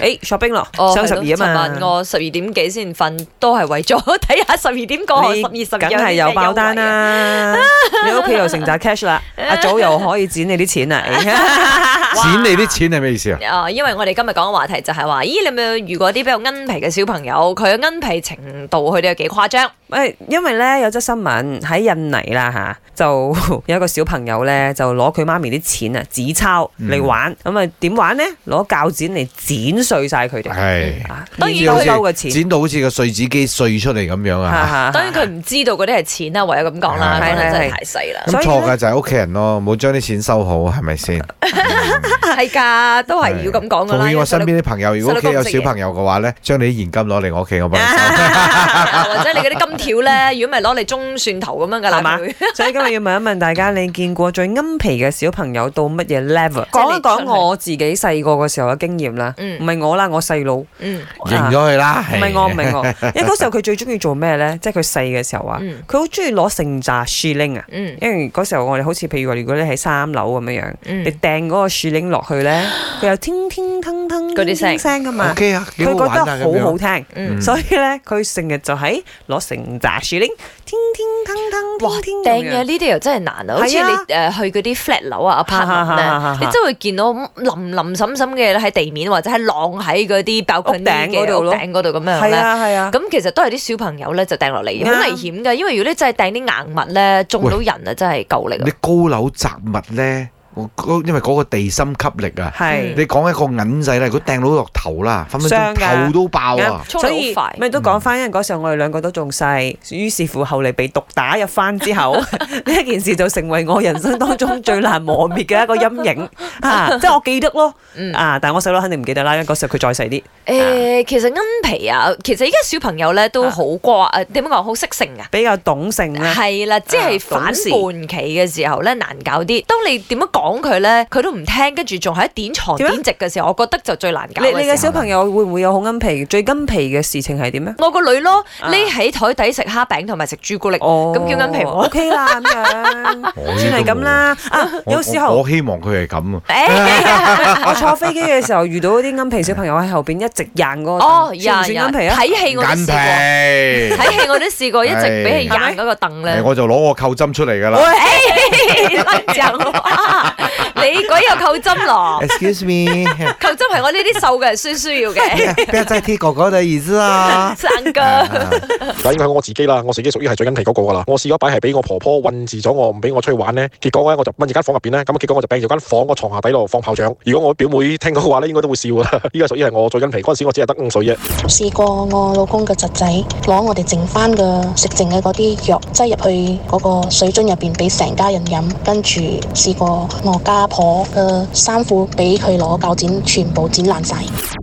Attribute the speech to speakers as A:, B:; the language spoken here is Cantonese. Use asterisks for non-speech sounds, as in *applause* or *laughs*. A: 誒 shopping 咯，
B: 哦
A: 雙十
B: 係
A: 二
B: 咯
A: 啊
B: 尋晚
A: 嘛。
B: 我十二點幾先瞓，都係為咗 *laughs* 睇下十二點過後
A: 你
B: 十二哦十二
A: 梗係有
B: 啊
A: 爆單！
B: *laughs*
A: 啦，你屋企又成扎 cash 啦，阿祖又可以剪你啲錢啊啦。
B: *laughs*
C: 剪你啲錢係咩意思
A: *laughs*
C: 啊？
B: 啊，因為我哋今日講嘅話題就係話，咦，你有冇遇過啲比較奀皮嘅小朋友？佢嘅奀皮程度，佢哋有幾誇張？
A: 喂，因為咧有則新聞喺印尼啦吓，就 *laughs* 有一個小朋友咧就攞佢媽咪啲錢啊紙鈔
C: 嗯
A: 嚟玩，咁啊點玩咧？攞鉸剪嚟剪碎晒佢哋，
C: 係，
A: 啊
B: 當然
A: 現
C: 好
A: 兜
C: 似
A: 兜嘅錢，
C: 剪到好似個碎紙機碎出嚟咁樣
A: 哈
C: 啊！
A: 哈
B: 當然佢唔知道嗰啲係錢啦，唯有咁講啦，可
C: 係
B: 能真
A: 啊係
B: 係
A: 係
B: 太細啦。
A: 所
C: 咁
A: 以
C: 錯
A: 咧
C: 嘅就係屋企人咯，冇將啲錢收好，係
A: *laughs*
C: 咪先？嗯
B: 係㗎，都係要咁講㗎啦。
C: 同意我身邊啲朋友，如果屋企有
B: 細
C: 小
B: 路公
C: 朋友嘅話咧，將你啲現金攞嚟我屋企，我幫你
A: *laughs*
C: 收。*laughs*
B: 啊或者你嗰啲金條咧，如果唔係攞嚟中蒜頭咁樣㗎啦，
A: 係
B: *laughs*
A: 嘛
B: 佢會
A: 所以今日要問一問大家，你見過最啱皮嘅小朋友到乜嘢 level？講一講我自己細個嘅時候嘅經驗啦，
B: 嗯
A: 唔係我啦，我細佬，唔
B: 嗯
C: 認咗佢啦，係
A: 係我， *laughs* 唔啊係我，
C: *laughs*
A: 因為嗰時候佢最中意做咩咧？即係佢細嘅時候啊
B: 嗯，
A: 佢好中意攞成扎 shilling 啊，
B: 嗯
A: 因為嗰時候我哋好似譬如話，如果你喺三樓咁樣樣，你
B: 嗯，
A: 掟嗰個 shilling 落去咧，佢
B: *gasps*
A: 有聽聽騰騰
B: 嗰啲聲
A: 聽聲噶嘛，
C: OK 啊，
A: 佢
C: 幾好
A: 覺得
C: 玩啊咁
A: 好好
C: 樣。
A: 聽。
B: 嗯
A: 所以咧，佢成日就喺攞成扎 shilling，聽聽騰騰，
B: 哇！
A: 聽
B: 掟
A: 聽咁樣
B: 嘢呢啲又真係難啊，好似
A: 係啊
B: 你誒去嗰啲 flat 樓啊、
A: 哈
B: apartment
A: 哈哈哈
B: 咧，你真係會見到林林沈沈嘅嘢喺地面，或者係晾喺嗰啲爆
A: 屋頂嗰度咯
B: 頂嗰度咁樣
A: 係
B: 咧。
A: 啊係啊，
B: 咁其實都係啲小朋友咧就掟落嚟，
A: 啱
B: 好危險㗎。因為如果你真係掟啲硬物咧，中到人啊，真係夠力啊
C: 你！高樓雜物咧，我嗰因為嗰個地心吸力啊，
B: 嗯
A: 係。
C: 你講一個銀仔咧，如果掟到落頭啦，分分
A: 嗯傷㗎
C: 鐘頭都爆啊！
B: 衝
A: 所
B: 得
A: 以
B: 好快
A: 咪都講翻，因為嗰時候我哋兩個都仲細，於是乎後嚟被毒打入翻之
B: *laughs*
A: 後，呢一件事就成為我人生當中最難磨滅嘅一個陰
B: *laughs*
A: 影啊！即係我記得咯，
B: 嗯
A: 啊，但係我細佬肯定唔記得啦，因為嗰時候佢再細啲，
B: 誒、其實奀皮啊，其實依家小朋友咧
A: 啊
B: 都好瓜誒，點樣講好識性啊。
A: 比較懂性咧，
B: 係啦，即
A: 啊
B: 係反叛期嘅時候咧難搞啲。當你點樣講佢咧，佢都唔聽，跟住仲喺點床
A: 點啊
B: 點席嘅時候，我覺得就最難搞
A: 你你嘅
B: 嘅時
A: 小
B: 候。
A: 朋友會唔會有好奀皮？最奀皮嘅事情係點咧？
B: 我個女咯，
A: 啊
B: 匿喺台底食蝦餅同埋食朱古力，
A: 哦，
B: 咁叫奀
A: *laughs*
B: 皮我。
A: ，OK 啦咁樣，
C: *laughs* 我呢
A: 算係
C: 都
A: 咁啦。啊，
C: 我。
A: 有時
C: 我
A: 候
C: 我希望佢係咁啊，
A: 我坐飛機嘅時候遇到啲奀皮小朋友喺後邊一直硬嗰個凳，
B: 哦，
A: *laughs* 算
B: 呀
A: 唔算
B: 呀，
A: 奀皮啊？
B: 睇戲我都
C: 眼
B: 試過，
C: 皮。
B: 睇戲我都試過，一直俾佢
A: 係咪
B: 硬嗰個凳哎
C: 誒
B: 咧。
C: 我就攞我扣針出嚟㗎
A: 哎
C: 啦。
B: 喂，亂講話啊你鬼有扣針
A: *laughs*
B: 咯？
C: Excuse
B: *laughs*
C: me，哎
B: 扣針係我呢啲瘦嘅人先需要
A: *laughs*
B: 嘅，
C: 不要再踢狗狗的椅子
B: *laughs*
C: 啊！
B: 生哥。
D: 嗱，影響我自己啦，我自己屬於係最緊皮嗰個噶啦。我試過擺係俾我婆婆困住咗我，唔俾我出去玩呢。結果咧我就掹住間房入邊咧，咁結果我就掟住間房個床下底度放炮仗。如果我表妹聽到嘅話咧，應該都會笑噶啦。依家屬於係我最緊皮嗰陣時，我只係得五歲啫。
E: 試過我老公嘅侄仔攞我哋剩翻嘅食剩嘅嗰啲藥擠入去嗰個水樽入邊俾成家人飲，跟住試過我家婆嘅衫褲俾佢攞鉸剪全部剪爛晒。